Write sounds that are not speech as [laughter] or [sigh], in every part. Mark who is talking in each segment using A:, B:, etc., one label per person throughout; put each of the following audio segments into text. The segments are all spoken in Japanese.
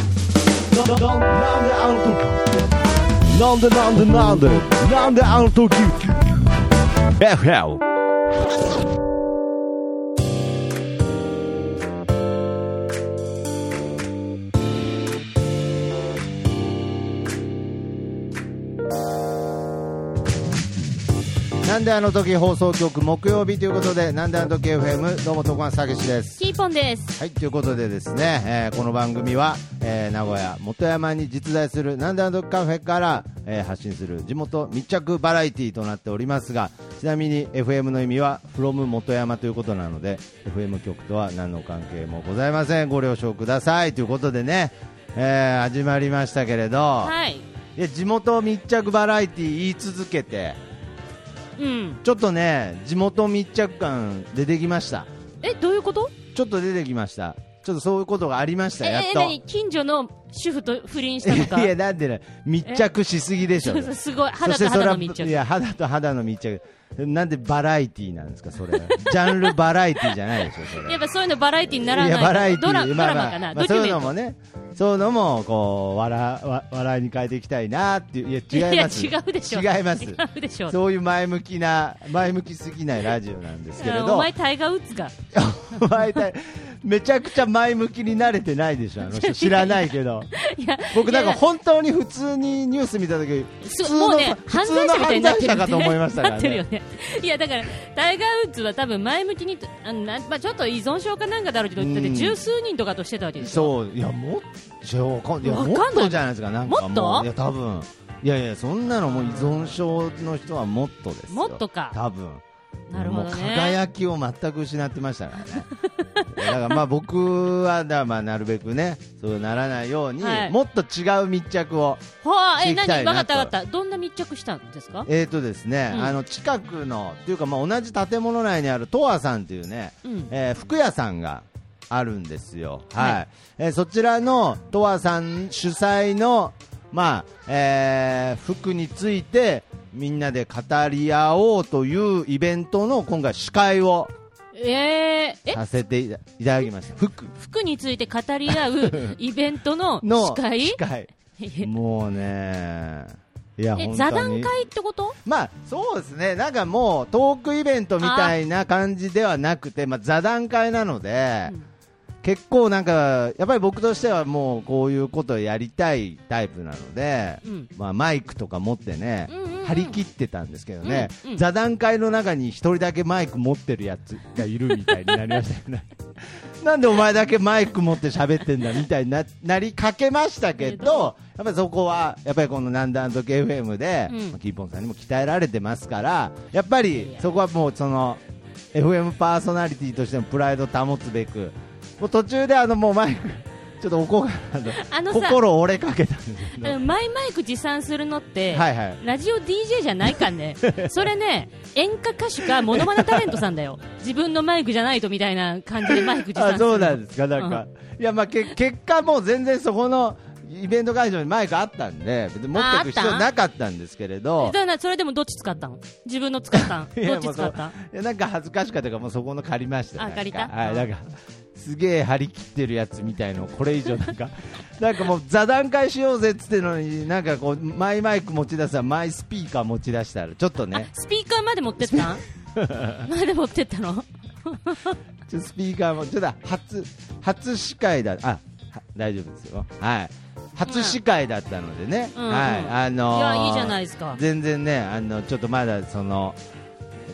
A: なんであの時なんでなんでなんでなんであの時 FM
B: なんであの時放送局木曜日ということで、なんであの時 FM、どうも徳松たけしです。
C: キーポンです。
B: はい、ということでですね、えーこの番組は、えー名古屋、元山に実在するなんであの時カフェから、えー発信する地元密着バラエティとなっておりますが、ちなみに FM の意味は from 元山ということなので、FM 局とは何の関係もございません。ご了承ください。ということでね、えー始まりましたけれど、
C: はい。
B: いや地元密着バラエティ言い続けて、
C: うん。
B: ちょっとね、地元密着感出てきました。
C: え、どういうこと？
B: ちょっと出てきました。ちょっとそういうことがありました、
C: え、
B: やっ
C: え、
B: と。
C: 何？近所の主婦と不倫したの
B: [laughs]
C: か。
B: いや、なんでね、密着しすぎでしょ。
C: [laughs] そうそうすごい
B: そ
C: 肌
B: して
C: と
B: それ
C: 肌
B: は
C: の密着。
B: いや、肌と肌の密着。なんでバラエティーなんですか、そ
C: [laughs]
B: れ。ジャンルバラエティーじゃないでしょ、それ。
C: やっぱそういうのバラエティにならない
B: や
C: から。
B: バラエティ
C: ドラ
B: ーまあま
C: ドラマ
B: あ
C: かな。
B: まあ
C: ドキ
B: そう
C: ュ
B: いう
C: メン
B: の
C: ト。
B: もねそういうのもこう笑わ笑いに変えていきたいなっていういや違います
C: いや違うでしょ
B: 違います
C: 違うでしょ
B: そういう前向きな前向きすぎないラジオなんですけれ
C: あ
B: ど
C: お前タイガーウッズか。
B: お前だめちゃくちゃ前向きに慣れてないでしょ、あの人知らないけど、
C: [laughs] いや
B: 僕なんか
C: いや
B: 本当に普通にニュース見たとき、普
C: す
B: 通
C: も
B: の
C: うね
B: 普
C: 犯
B: 通
C: 罪
B: の
C: 者み
B: 犯
C: たいになっ
B: 罪者
C: てるよね
B: かと思いましたか
C: な
B: ら
C: ってるよ
B: ね、
C: ね。いやだからタイガーウッズは多分前向きにあのなまあちょっと依存症かなんかだろうけど、
B: うん
C: だって十数人とかとしてたわけでし
B: そ
C: ょ。
B: う、いや、もっと、わかんいや
C: わかん
B: も
C: ない
B: っとじゃないですか、なんか
C: もっと
B: ういや、多分いやいや、そんなのもう依存症の人はもっとですよ、
C: もっとか
B: 多分
C: なるほどね
B: もう輝きを全く失ってましたからね。
C: [laughs]
B: だからまあ僕はだからまあなるべくねそうならないように、
C: はい
B: もっと違う密着を
C: はあ、
B: して
C: え、
B: いき
C: 何？
B: たいな
C: わ
B: と
C: かったわかった。どんな密着したんですか？
B: えーとですね、
C: うん
B: あの近くのというかまあ同じ建物内にあるとわさんというね、
C: うん
B: えー服屋さんがあるんですよ。はい。
C: は
B: えーそちらのとわさん主催のまあ、えー服についてみんなで語り合おうというイベントの今回司会を
C: えー、え、
B: させていたいただきました。服
C: 服について語り
B: [laughs]
C: 合うイベントの
B: の
C: 司会
B: 会もうね、いや本
C: え
B: 当に
C: 座談会ってこと
B: まあそうですね、なんかもうトークイベントみたいな感じではなくて、まあ、座談会なので、
C: うん
B: 結構なんか、やっぱり僕としてはもうこういうことをやりたいタイプなので、
C: うん
B: まあ、マイクとか持ってね、
C: うんうんうん
B: 張り切ってたんですけどね、
C: うんうん
B: 座談会の中に一人だけマイク持ってるやつがいるみたいになりましたよ
C: [laughs]
B: ね。なんでお前だけマイク持って喋ってんだみたいにななりかけましたけど、やっぱりそこは、やっぱりこのなんだんと FM で、
C: うん
B: まあキーポンさんにも鍛えられてますから、やっぱりそこはもうその、FM パーソナリティとしてのプライドを保つべく、もう途中であのもうマイク、 [laughs] ちょっとおこうかなと、
C: あのさ
B: 心折れかけたんですけ
C: あ
B: ど
C: の、マイマイク持参するのって、
B: はいはい
C: ラジオ DJ じゃないか
B: [laughs]
C: んねそれね演歌歌手かモノマネタレントさんだよ自分のマイクじゃないとみたいな感じでマイク持参
B: あ
C: する
B: そうなんですか、なんか、いやまあけ結果、もう全然そこのイベント会場にマイクあったんで、別に持っていく必要なかったんですけれど
C: だ。からなそれでもどっち使ったの自分の使ったん
B: [laughs] い
C: ど
B: や
C: っち使った
B: もうそういやなんか恥ずかしかったからもうそこの借りましたよ
C: あ
B: なんか
C: 借りた
B: は
C: う
B: い
C: ん
B: なんかすげえ張り切ってるやつみたいのをこれ以上なん
C: [laughs]
B: かなんかもう座談会しようぜっつってのになんかこうマイマイク持ち出したマイスピーカー持ち出したらちょっとね
C: スピーカーまで持ってったん
B: [laughs]
C: まで持ってったの
B: ちょスピーカーもちょっと初初司会だあは大丈夫ですよはい初司会だったのでね、
C: うん
B: はいあのー
C: いやいいじゃないですか
B: 全然ねあのちょっとまだその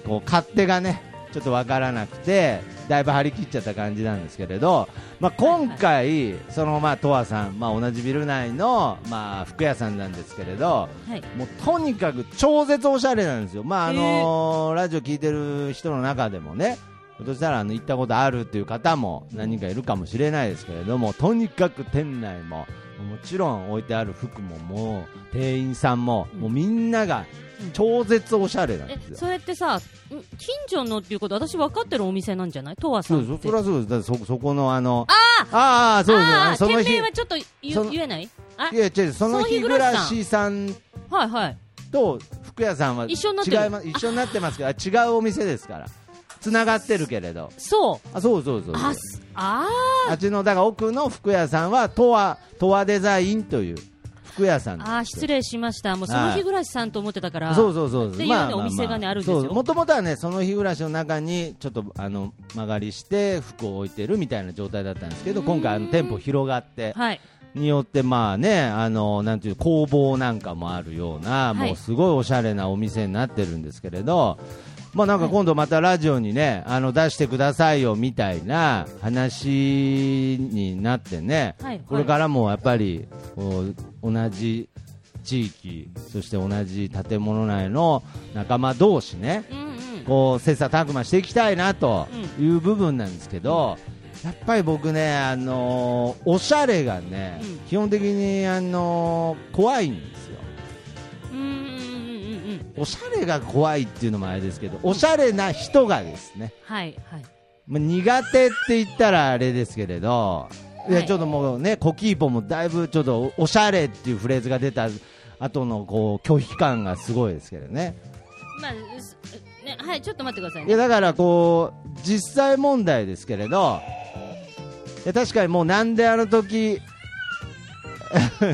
B: こう勝手がねちょっとわからなくてだいぶ張り切っちゃった感じなんですけれど、まあ、今回、そのまあとわさん、まあ、同じビル内のまあ服屋さんなんですけれど、
C: はい
B: もうとにかく超絶おしゃれなんですよ、まああのーラジオ聞いてる人の中でもね、ひょっとしたらあの行ったことあるっていう方も何人かいるかもしれないですけれども、とにかく店内も、もちろん置いてある服も、もう店員さんも、
C: うん
B: もうみんなが超絶おしゃれなん
C: え
B: ですよ。
C: それってさん近所のっていうこと私分かってるお店なんじゃないとわさ
B: そ
C: ん
B: う
C: っ
B: です
C: て
B: それはそうです、だってそそこのあの、ああー、そうです、あ
C: ああ
B: のその日、
C: 店
B: い
C: 名はちょっと
B: そ
C: 言
B: の
C: う言えないあ
B: や、違う、その
C: その
B: 日
C: 日
B: 暮
C: 暮
B: ら
C: ら
B: し
C: し
B: さん
C: はいはい
B: と服屋さんは
C: 一緒になってる
B: 違います一緒になってますけどあ違うお店ですからつながってるけれど
C: そう
B: あそうそうそうそう
C: あすあ
B: あっちのだから奥の服屋さんはとわとわデザインという服屋さん
C: ー
B: です
C: あー失礼しましたもうその日暮らしさんと思ってたから
B: そうそうそう
C: っていうねお店がねあるんですよ
B: もともとはねその日暮らしの中にちょっとあの曲がりして服を置いてるみたいな状態だったんですけど
C: うん
B: 今回あの店舗広がって
C: はい
B: によってまあねあのなんていう工房なんかもあるような、
C: はい
B: もうすごいおしゃれなお店になってるんですけれど。まあなんか今度またラジオにね、あの出してくださいよみたいな話になってね、
C: はい
B: これからもやっぱりこう同じ地域そして同じ建物内の仲間同士ね、
C: うんうん
B: こう切磋琢磨していきたいなという部分なんですけど、やっぱり僕ね、あのーおしゃれがね、
C: うん
B: 基本的に、あのー怖いんですよ。
C: うんうんうんうんうん
B: おしゃれが怖いっていうのもあれですけど、おしゃれな人がですね、
C: はいはい
B: まあ苦手って言ったらあれですけれど、い
C: は
B: や
C: い
B: ちょっともうね、コキーポもだいぶちょっとおしゃれっていうフレーズが出た後のこう拒否感がすごいですけどね。
C: まあすねはいちょっと待ってください
B: いや
C: ね
B: だからこう実際問題ですけれどいや確かにもうなんであの時
C: うん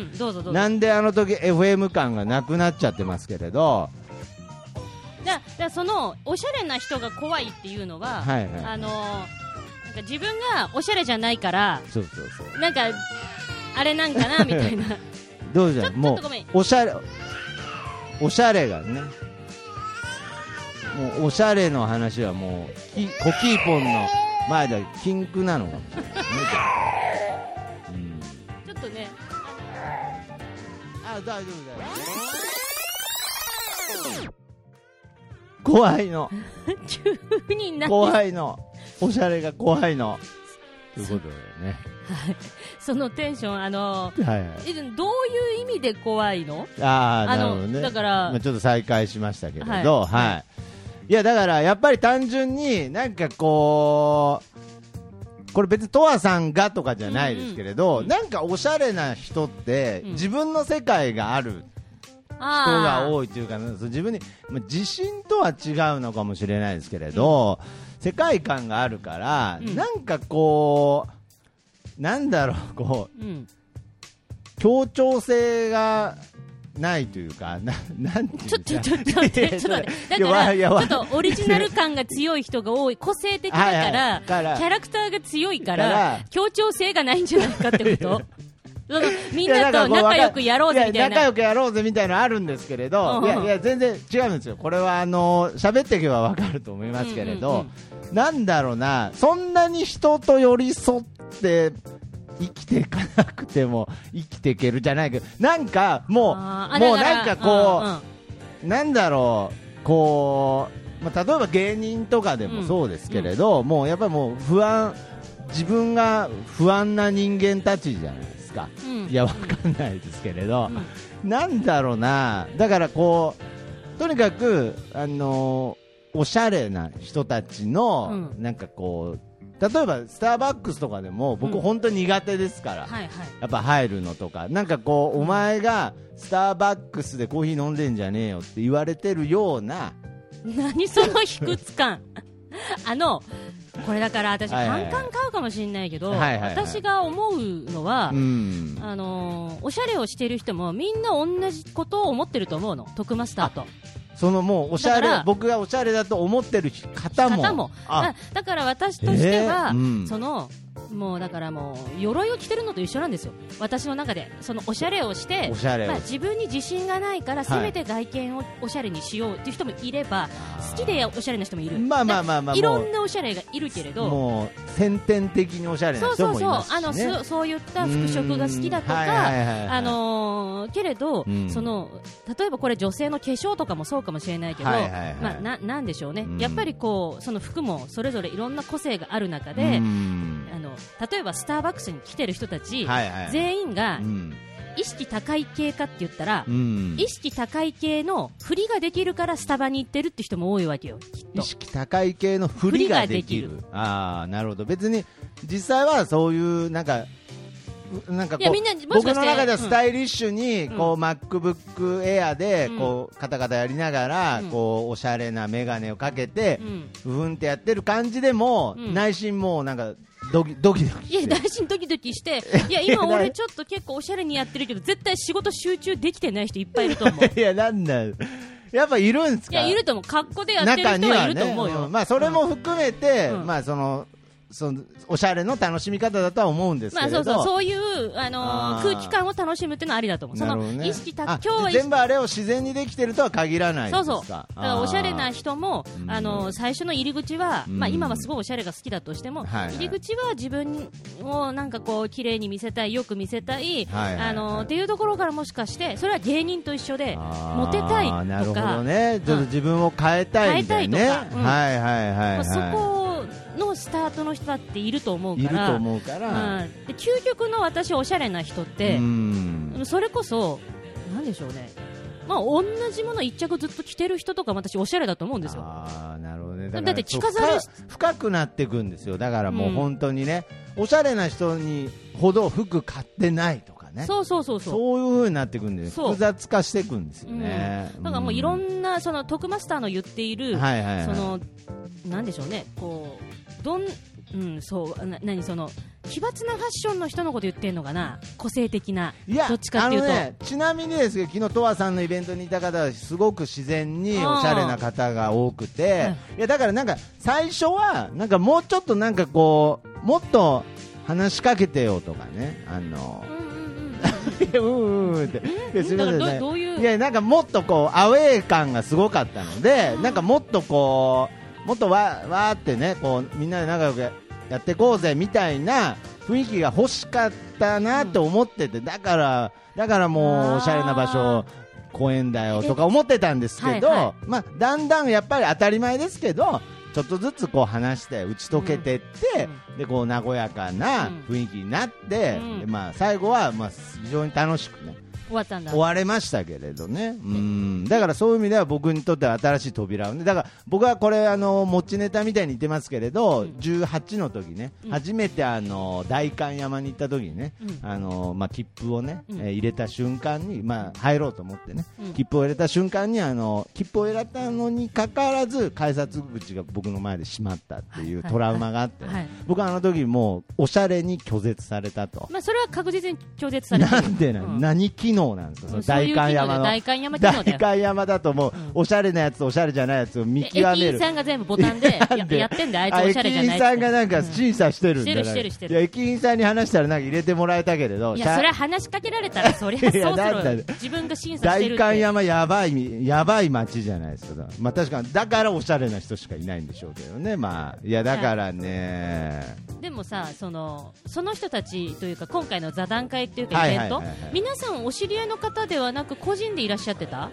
C: うんどうぞどうぞ
B: なんであの時 FM 感がなくなっちゃってますけれど
C: だだからそのおしゃれな人が怖いっていうのは、
B: はいはい
C: あのーなんか自分がおしゃれじゃないから
B: そうそうそう
C: なんかあれなんかなみたいな
B: [laughs] どうじゃ
C: ちょ
B: も
C: ちょっとごめん
B: うおしゃれおしゃれがねもうおしゃれの話はもうきコキーポンの前では禁句なのかもしれないねうん
C: ちょっとね
B: あ大丈夫大丈夫怖いの
C: 急にな
B: 怖いのおしゃれが怖いのということで
C: そのテンションあのー
B: ねはいはい
C: えどういう意味で怖いの
B: ああな
C: あ
B: るほ
C: の
B: どね
C: だから、
B: まあ、ちょっと再開しましたけれどは、
C: はいい
B: い、やだからやっぱり単純になんかこうこれ別にとわさんがとかじゃないですけれど、なんかおしゃれな人って、
C: うん
B: 自分の世界がある人
C: あ
B: が
C: ー
B: 多いというか、その自分に、まあ、自信とは違うのかもしれないですけれど、世界観があるから、
C: うん
B: なんかこう、なんだろう、こ
C: うん、
B: う、協調性がないというか、ななんてい
C: ち
B: う
C: ょっ
B: んです
C: と
B: か
C: ちょっと待って、ちょっと待って、
B: [laughs] いや
C: だから、
B: い
C: ち
B: やわ
C: ょっとオリジナル感が強い人が多い、個性的だか
B: はいはい
C: ら、キ
B: から
C: ャラクターが強いか
B: から
C: ら、協調性がないんじゃないかってこと。そのみん
B: いや
C: な
B: だから
C: と
B: こう
C: 仲良くやろうぜみたい
B: や仲
C: な。
B: 良くやろうぜみたいなのあるんですけれど、
C: うんうん
B: いやいや全然違うんですよ、これはあの喋っていけばわかると思いますけれど、
C: うんうん
B: なんだろうな、そんなに人と寄り添って生きていかなくても生きていけるじゃないけど、なんかもう、
C: あー
B: もう
C: だら
B: なんかこう、なんだろう、こう、まあ、例えば芸人とかでもそうですけれど、もうやっぱりもう不安、自分が不安な人間たちじゃないですか。
C: うんうんうん
B: いや、わかんないですけれど、
C: うん
B: なんだろうな、だからこう、とにかく、あのーおしゃれな人たちの、
C: う
B: なんかこう、例えばスターバックスとかでも、僕、
C: うん
B: 本当に苦手ですから、
C: はいはい。
B: やっぱ入るのとか、なんかこう、お前がスターバックスでコーヒー飲んでんじゃねえよって言われてるような、
C: [laughs] 何その卑屈感 [laughs] あのこれだから私
B: はいはいは
C: カ
B: い
C: ンカン買うかもしれないけど、
B: はいはいはい
C: 私が思うのは、
B: うん、
C: あのーおしゃれをしてる人もみんな同じことを思ってると思うの徳マスターと
B: そのもう、おしゃ
C: だか
B: れ
C: ら、
B: 僕がおしゃれだと思ってる方も、
C: 方も
B: あ
C: だだから私としては、
B: えーうん
C: そのもうだからもう鎧を着てるのと一緒なんですよ私の中でそのおしゃれをして
B: おしゃれを
C: まあ、自分に自信がないからせめて外見をおしゃれにしようっていう人もいれば、好きでおしゃれな人もいる
B: まあまあまあまあ
C: いろ
B: もうん
C: なおしゃれがいるけれど
B: もう先天的におしゃれ
C: そ
B: な
C: うそ
B: 人もい
C: うそう、
B: ます
C: あの
B: し、ね、
C: そそういった服飾が好きだと
B: うんはいはいはいはい
C: か、あのーけれど、
B: うん
C: その例えばこれ女性の化粧とかもそうかもしれないけど、
B: はいはいはい
C: まあななんでしょうね、
B: うん
C: やっぱりこうその服もそれぞれいろんな個性がある中で、
B: うん
C: あの例えばスターバックスに来てる人たち、
B: はいはい
C: 全員が
B: うん
C: 意識高い系かって言ったら、
B: うん
C: 意識高い系の振りができるからスタバに行ってるって人も多いわけよ、きっ
B: 意
C: と。
B: 識高い系の振りができる
C: 振りがで
B: ああなるほど別に実際はそういうなんかなんか
C: い
B: こ
C: や
B: う
C: みんなもしかして
B: 僕の中ではスタイリッシュに
C: うん
B: こう MacBook Air で
C: うん
B: こうカタカタやりながら
C: うん
B: こうおしゃれな眼鏡をかけて
C: うん
B: ふふんってやってる感じでも
C: うん
B: 内心もうなんかドキドキドキ
C: いや、
B: して
C: 大臣ドキドキして、いや、
B: いや
C: 今俺
B: な
C: ちょっと結構おしゃれにやってるけど、絶対仕事集中できてない人いっぱいいると思う。
B: [laughs]
C: い
B: いやなんだよやっぱいるんですか
C: や、いると思う。格好でやってる人はいると思うよ。
B: んまあそれも含めて、
C: うん
B: まあそのそのおしゃれの楽しみ方だとは思うんですけ
C: まあ
B: れ
C: そ
B: ど、
C: うそう、そういう、あのー
B: あー
C: 空気感を楽しむっていうのはありだと思う。そ
B: なるほ
C: の
B: どね
C: 意識
B: あ
C: 高、今日は意
B: 全
C: 識
B: 部あれを自然にできてるとは限らないです
C: そ
B: か
C: うそう。だからおしゃれな人も、
B: うん
C: あのー最初の入り口は、
B: うん
C: まあ今はすごいおしゃれが好きだとしても、
B: はいはい
C: 入り口は自分をなんかこう、綺麗に見せたい、よく見せたい、
B: はいはいはい
C: あのーっていうところからもしかして、それは芸人と一緒で、
B: あー
C: モテたい
B: なる
C: と
B: ほど
C: か、
B: ねちょっと自分を変えたいみたいね
C: 変えたいとかうん
B: はいはいはい、
C: ま
B: は
C: あ
B: い、
C: そこのスタートの人だっていると思う
B: い
C: か
B: る
C: ら
B: と思うから、
C: うんで究極の私おしゃれな人っ
B: う
C: て、
B: ん
C: それこそなんでしょうねまあ同じもの一着ずっと着てる人とかも私おしゃれだと思うんですよ
B: ああなるほどねから
C: だって着飾る
B: そう深深くなっていくんですよだからもううん本当にね、おしゃれな人にほど服買ってないとかね
C: そうそうそうそう
B: そういう風になっていくんで
C: そう
B: 複雑化していくんですよ
C: うん
B: ね、
C: だからもういろ
B: な、
C: んなその徳マスターの言っている、
B: はいはいはい
C: そのなんでしょうねこうどんうんそうな何その奇抜なファッションの人のこと言ってんのかな個性的などっちかっていうと、
B: あのね、ちなみにですけど昨日、とわさんのイベントにいた方はすごく自然におしゃれな方が多くて、いやだからなんか最初はなんかもうちょっとなんかこうもっと話しかけてよとかね、あの
C: うんうんうん
B: いやうんうんうんって、いやすみません
C: だから
B: ね
C: どどういう
B: いやなんかもっとこうアウェー感がすごかったので、なんかもっとこうもっとわわーってねこうみんなで仲良くややっていこうぜみたいな雰囲気が欲しかったなと思ってて、だからだからもうおしゃれな場所公園だよとか思ってたんですけど、
C: はいは
B: まあだんだんやっぱり当たり前ですけど。ちょっとずつこう話して打ち解けてって、でこう和やかな雰囲気になって、
C: うん
B: でまあ最後はまあ非常に楽しくね、
C: 終わったんだ
B: 追われましたけれどね、うん、だからそういう意味では僕にとっては新しい扉をね、だから僕はこれ、あの持ちネタみたいに言ってますけれど、
C: うん
B: 18の時ね、
C: うん
B: 初めてあの代官山に行った時にね、
C: うん
B: あのまあ、切符をね、
C: うん
B: えー入れた瞬間に、まあ、入ろうと思ってね、
C: うん
B: 切符を入れた瞬間にあの、切符を入れたのにかかわらず、改札口が僕の前で閉まったっていう
C: はい
B: トラウマがあってね、
C: はいはい
B: 僕はあの時もう、おしゃれに拒絶されたと。
C: まあ、それは確実に拒絶されて
B: な
C: る
B: んでなん、
C: うん
B: 何機能なんですか、その
C: そうい
B: 大
C: う機能
B: 観
C: だよ
B: 山の。
C: 代官山機能だよ
B: 代官山だともう、
C: うん
B: おしゃれなやつ、おしゃれじゃないやつを見極
C: 駅
B: め
C: 員
B: る。
C: さんが全部ボタンで
B: [laughs] な
C: や
B: んで
C: やってんだよ
B: あ
C: あいつおしゃれじゃない
B: 駅
C: って
B: 員さんがなんか
C: うん
B: 審査してるんだ
C: してるしてるしてる
B: いや駅員さんに話したらなんか入れてもらえたけれど
C: い
B: さ
C: やそれは話しかけられたらそりゃそうす
B: い
C: る
B: や
C: よ
B: なんだよ
C: 自分が審査し
B: 代
C: てるって
B: 官山やばいやばい街じゃないですか、まあ、確かにだからおしゃれな人しかいないんでしょうけどね、まあ、いやだからね、
C: でもさそのその人たちというか今回の座談会というか
B: はい
C: イ
B: は
C: ベ
B: い
C: ン
B: は
C: ト
B: いはい
C: 皆さんお知り合いの方ではなく個人でいらっしゃってた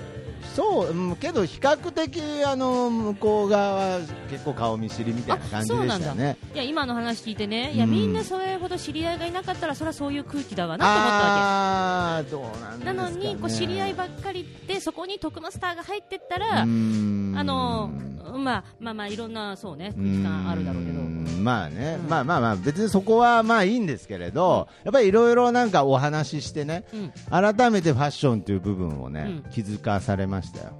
B: そう、うん、けど比較的あの向こう側は結構顔見知りみたいな感
C: あ
B: じ
C: そう
B: で
C: な
B: し
C: ん
B: た
C: だ、
B: ね。
C: いや今の話聞いてねいうや
B: ん
C: みんなそれほど知り合いがいなかったらそれはそういう空気だわなと思ったわけ
B: ああーどうなんですかね
C: なのにこう知り合いばっかりでそこに徳マスターが入ってったら
B: う
C: あ
B: ーん
C: のまあまあまあいろんなそうね空気感あるだろうけど
B: ーんまあね、
C: うん
B: まあまあまあ別にそこはまあいいんですけれど、やっぱりいろいろなんかお話ししてね、
C: うん
B: 改めてファッションという部分をね、
C: うん
B: 気づかされましたよ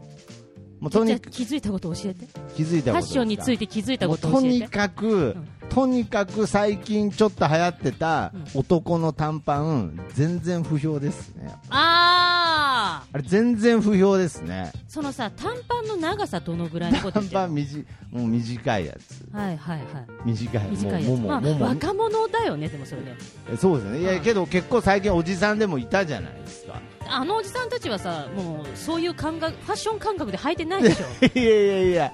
B: もう
C: じ
B: と
C: ゃあ
B: にかく
C: 気づいたこと教えて
B: 気づいたことですか
C: ファッションについて気づいた
B: も
C: こ
B: う
C: と
B: と
C: 教え
B: に
C: て
B: かく、
C: ん
B: とにかく最近ちょっと流行ってた男の短パン全然不評ですね
C: ああ
B: あれ全然不評ですね
C: そのさ短パンの長さどのぐらいのこと
B: 短
C: 言って
B: パ
C: る
B: ン短いもう短いやつ
C: はいはいはい
B: 短い
C: 短いや
B: もう
C: つ
B: も
C: まあ
B: もも
C: 若者だよねでもそれね
B: えそうですねいや、
C: うん
B: けど結構最近おじさんでもいたじゃないですか
C: あのおじさんたちはさもうそういう感覚ファッション感覚で履いてないでしょ
B: [laughs] いやいやいや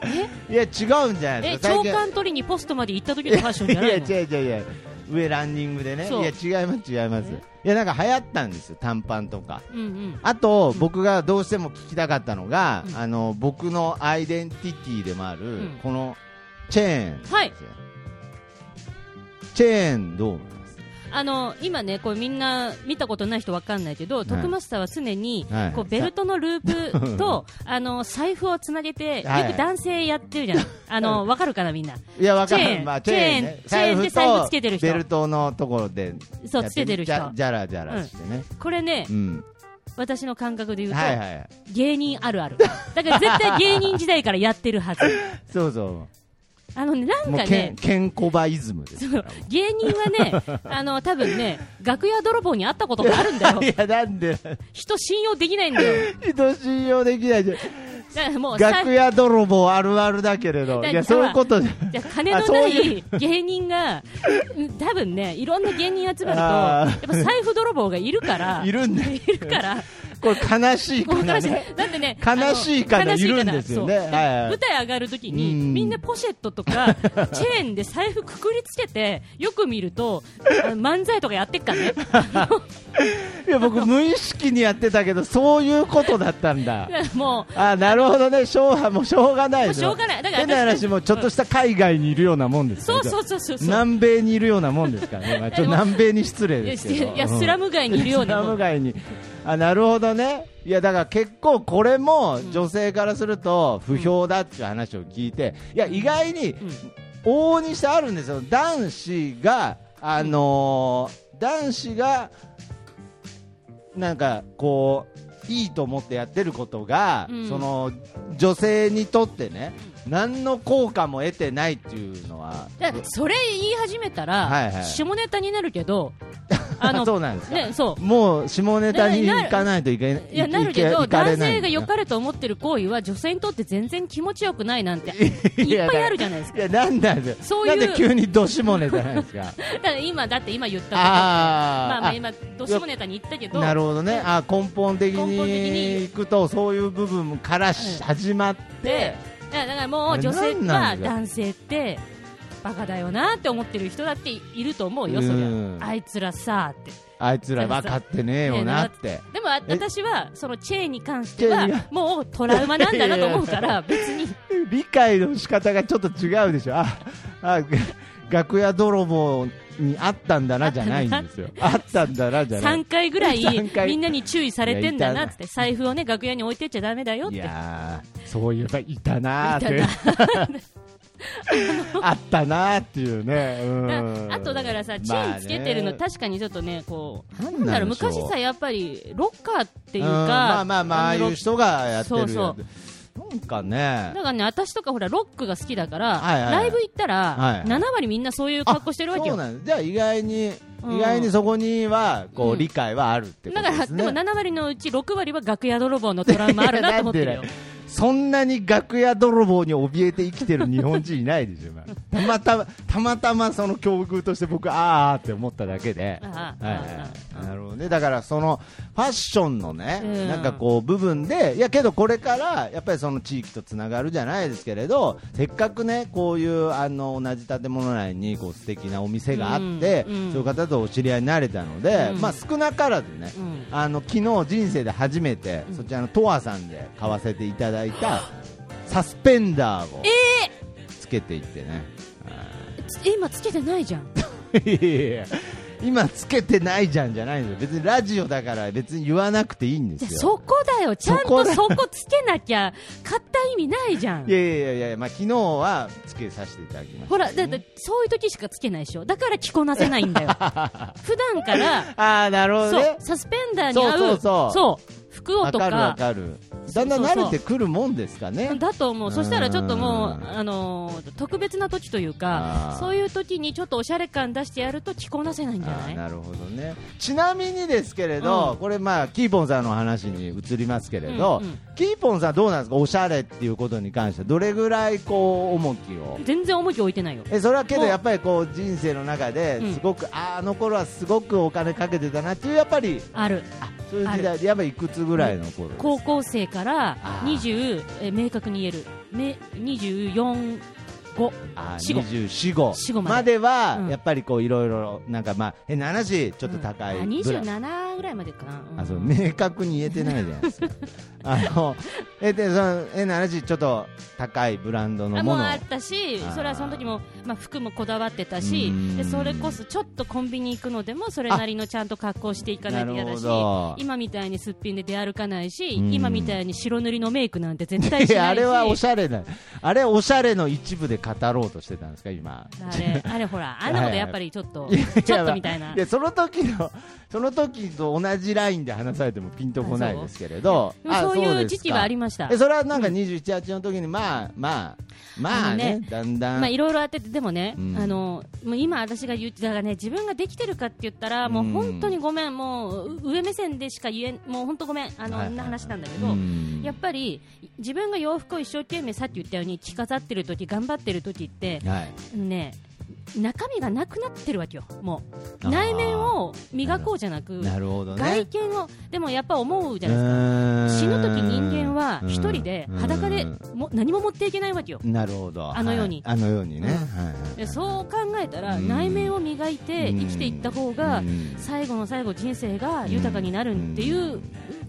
B: いや違うんじゃないで
C: え
B: すか
C: 長
B: 最近
C: 官取りにポストまで行った時のファッションじゃないの
B: いや違う違ういや上ランニングでねい
C: そう
B: や違います違います
C: え
B: いやなんか流行ったんですよ短パンとか
C: うんうん
B: あと、僕がどうしても聞きたかったのが、
C: うん
B: あの僕のアイデンティティでもある、
C: ん
B: このチェーンですよ、
C: はい
B: チェーンどう思います
C: あの今ね、こうみんな見たことない人わかんないけど、徳マスターは常に、
B: はい
C: こうベルトのル
B: [laughs]
C: ープとあの財布をつなげて、よ
B: はい
C: く男性やってるじゃん、あのわかるかな、みんな、
B: いや、わか
C: チェー
B: る。
C: ン
B: まあ、チェーンね。
C: チェーンチェーンで財布つけてる人
B: ベルトのところで。
C: そう
B: やっ
C: つけてる人
B: じゃじゃらじゃらしてね。
C: これね
B: う、ん。
C: 私の感覚で言うと、
B: はいはいはい。
C: 芸人あるある、だから絶対芸人時代からやって
B: [laughs]
C: るはず、
B: そうそ
C: あのね、なん
B: う。も
C: か
B: う、けん
C: ね、
B: ケンコバイズムですから。、
C: 芸人はね、あの多分ね、楽屋泥棒に会ったこともあるんだ
B: [laughs]
C: よ
B: いや、なんで、
C: 人信用できないんだよ、
B: 人信用できないじゃん。
C: だからもう財
B: 楽
C: 布
B: 屋泥棒あるあるだけれど。
C: だ
B: いや、そういうことじゃ
C: じゃあ金の
B: あそ
C: な
B: うい
C: い芸人が、うん多分ね、いろんな芸人集まると、
B: あ
C: や
B: ー
C: っぱ財布泥棒がいるから、
B: [laughs] いるんだよ
C: [laughs] いるから、
B: これ悲しい
C: も
B: か
C: う
B: ら
C: 悲しい
B: ね。
C: だってね、
B: 悲しいか
C: あの
B: ら
C: 悲し
B: い
C: か
B: る
C: ら
B: んですよね
C: そう
B: はいはい
C: 舞台上がるときに、
B: うん
C: みんなポシェットと
B: [laughs]
C: か、チェーンで財布くくりつけて、よく見ると、あの漫才とかやってっか
B: [laughs]
C: らね。
B: いや、僕無意識にやってたけど、そういうことだったん
C: [laughs]
B: だ。
C: も
B: あなるほどね、しょうがもうしょうがないですよ
C: もうしょうがないだから
B: 変な話、もうちょっとした海外にいるようなもんで
C: う、
B: すよ
C: そうそうそうそうそう。
B: 南米にいるようなもんですから
C: [laughs]
B: ね、まあ、ちょっと南米に失礼
C: いや
B: ですけど、
C: いや、スラム街にいるよう
B: ス
C: な
B: ラ
C: も
B: ム
C: ん。
B: 街に、あなるほどね、いやだから結構これも女性からすると不評だっていう話を聞いて、いや意外に
C: うん
B: 往々にしてあるんですよ、男子が、あのー男子がなんかこう、いいと思ってやってることが、
C: うん
B: その女性にとってね、何の効果も得てないっていうのは、
C: だからそれ言い始めたら、
B: はいはい
C: 下ネタになるけど、あ
B: [laughs]
C: の、
B: そうなんですか、
C: ね、そう。
B: もう下ネタに行かないといけない
C: いやなる
B: いけ
C: けど
B: いかれ
C: 男
B: ない
C: 性が良かれと思ってる行為は女性にとって全然気持ちよくないなんていっぱいあるじゃな
B: [laughs]
C: いですか
B: いやなんなんですよ
C: そういう
B: なんで急にど下ネタなんです
C: [laughs]
B: か
C: だから今だって今言ったこと
B: あー
C: まあま
B: あ
C: あ今どしもネタに言ったけど
B: なるほどねあ根本的
C: 根本的
B: に
C: に
B: いくとそういう部分からし
C: うん
B: 始まって
C: で、だからも
B: あ
C: う
B: れ
C: 女性
B: なんな
C: は
B: んですか
C: 男性ってバカだよなって思ってる人だっていると思うよ
B: うん
C: そりゃあいつらさーって
B: あいつら分かってねえよなって。
C: でもあ私はそのチェーンに関し
B: チ
C: て
B: ェーン
C: はもうトラウマなんだなと思
B: [laughs]
C: うから別に
B: 理解の仕方がちょっと違うでしょ、ああ楽屋泥棒にあったんだなじゃないんですよ、あったんだなじゃない
C: 3回ぐらい
B: 三回
C: みんなに注意されてんだ
B: いや
C: ない
B: た
C: っつって財布をね楽屋に置いてっちゃダメだよっ
B: い
C: て
B: やーそういえばいたなーっていう [laughs] あったなーっていうね、うん
C: だあとだからさ、チェーンつけてるの、確かにちょっとね、こう、
B: なん
C: なんだろう、昔さ、やっぱりロッカーっていうか、
B: まあねうんまあまあまあああ
C: の
B: いう人がやってるよ
C: そうそう
B: なんかね
C: だからね、私とかほら、ロックが好きだから、
B: はいはいはい
C: ライブ行った
B: はいは
C: ら、
B: い
C: 7割みんなそういう格好してるわけ
B: そう
C: よ。
B: なんですじゃあ意外に、
C: うん
B: 意外にそこにはこう、
C: うん
B: 理解はあるってこと
C: だ
B: で
C: か
B: すね
C: ら、でも7割のうち6割は楽屋泥棒のトラウマあるなと思ってるよ
B: [laughs] いやなんで。だよそんなに楽屋泥棒に怯えて生きてる日本人いないでし
C: [laughs]
B: ょ、今たまたまたまたまその境遇として僕、あーって思っただけで、
C: [laughs] あー
B: はい
C: あ
B: はい
C: ー
B: なるほどね、だからそのファッションのね、
C: うん
B: なんかこう、部分で、いやけどこれからやっぱりその地域とつながるじゃないですけれど、せっかくね、こういうあの同じ建物内にこう素敵なお店があって、
C: うんうん
B: そういう方とお知り合いになれたので、
C: うん
B: まあ、少なからずね、
C: うん
B: あの昨日人生で初めて、
C: うん
B: そちらのとわさんで買わせていただいたサスペンダーをつけていってね、
C: つえ今つけてないじゃん。
B: いやいやいや今つけてないじゃんじゃないんですよ別にラジオだから別に言わなくていいんで
C: じゃあ
B: すよ
C: そこだよ、ちゃん
B: そことだ
C: そこつけなきゃ、買った意味ないじゃ
B: [laughs]
C: ん
B: い。やいやいやいや、まあ、昨日はつけさせていただきました
C: ほら、だって、そういう時しかつけないでしょ。だから着こなせないんだ
B: [laughs]
C: よ。普段から、
B: ああなるほど
C: そう
B: ね、
C: サスペンダーに合う、
B: そうそうそう
C: 服を
B: わ
C: と
B: かるわ
C: か、
B: かる
C: そ
B: だ
C: うんそ
B: だ
C: うん
B: 慣れてくるもんですかね
C: だと思
B: う
C: う。
B: ん
C: そしたらちょっともう、あのー特別な時という
B: あ
C: か
B: ー、
C: そういう時にちょっとおしゃれ感出してやると着こなせないんじゃ
B: あ
C: な
B: ー
C: い
B: なるほどねちなみにですけれど、
C: うん
B: これ、まあ、キーポンさんの話に移りますけれど、
C: うんうん
B: キーポンさん、どうなんですか、おしゃれっていうことに関しては、どれぐらいこう重きを、
C: 全然重き置いてないよ。
B: えそれはけど、
C: もう
B: やっぱりこう人生の中で
C: うん、
B: すごく、あーあの頃はすごくお金かけてたなっていう、やっぱり、
C: ある。
B: あそういう時代で、やっぱりいくつぐらいの頃ですか、
C: 高校生から
B: あー
C: 20、え明確に言える。め24 5
B: あ
C: 死後
B: 24号
C: 死後
B: ま
C: まで
B: では、
C: うん
B: やっぱりこういろいろなんかまあ変な話ちょっと高い
C: うんあ
B: ぐらい、
C: 27ぐらいまでかな、うん
B: あそう明確に言えてないじゃないですかあのえでその変な話ちょっと高いブランドの
C: あ
B: も
C: もう
B: の
C: あったし
B: あー
C: それはその時もまあ服もこだわってたし
B: うん
C: でそれこそちょっとコンビニ行くのでもそれなりのちゃんと格好していかないと嫌だし
B: なるほど
C: 今みたいにすっぴんで出歩かないし
B: うん
C: 今みたいに白塗りのメイクなんて絶対
B: い
C: し
B: や
C: な
B: あ
C: いし
B: れはおしゃれなあれおしゃれの一部で語ろうとしてたんですか今
C: あれあれほ
B: [laughs]
C: らあんなことやっぱりちょっと
B: いやいや
C: ちょっとみたいな
B: でその時のその時と同じラインで話されてもピンとこないですけれど
C: でもそう
B: あ
C: い
B: で
C: う
B: すか
C: 時期はありました
B: えそれはなんか27、8の時にまあまあまあ
C: あ
B: ね
C: のね
B: だんだん、
C: まあいろいろあっててでもね、
B: うん
C: あのもう今私が言ってだからね自分ができてるかって言ったら、もう本当にごめんもうう上目線でしか言えんもう本当ごめんあの、
B: はいはい
C: んな話なんだけど、
B: うん
C: やっぱり自分が洋服を一生懸命さっき言ったように着飾ってる時頑張ってる時って
B: はい、
C: ね中身がなくなってるわけよも
B: あ
C: う
B: ー
C: 内面を磨こうじゃなく
B: なるほど
C: 外
B: ね
C: 見をでもやっぱ思うじゃないで
B: 死
C: すか死ぬ時人間は一人で裸でも何も持っていけないわけよ
B: なるほど
C: あのように
B: はいあのようにね、
C: う
B: は
C: ん
B: いはい
C: でそう考えたら
B: うん
C: 内面を磨いて生きていった方が
B: うん
C: 最後の最後人生が豊かになるっていう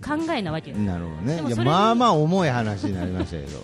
C: 考えなわけよ
B: なるほど
C: で
B: ね
C: も
B: いや
C: それに
B: まあまあ重い話になりましたけ
C: [laughs]
B: ど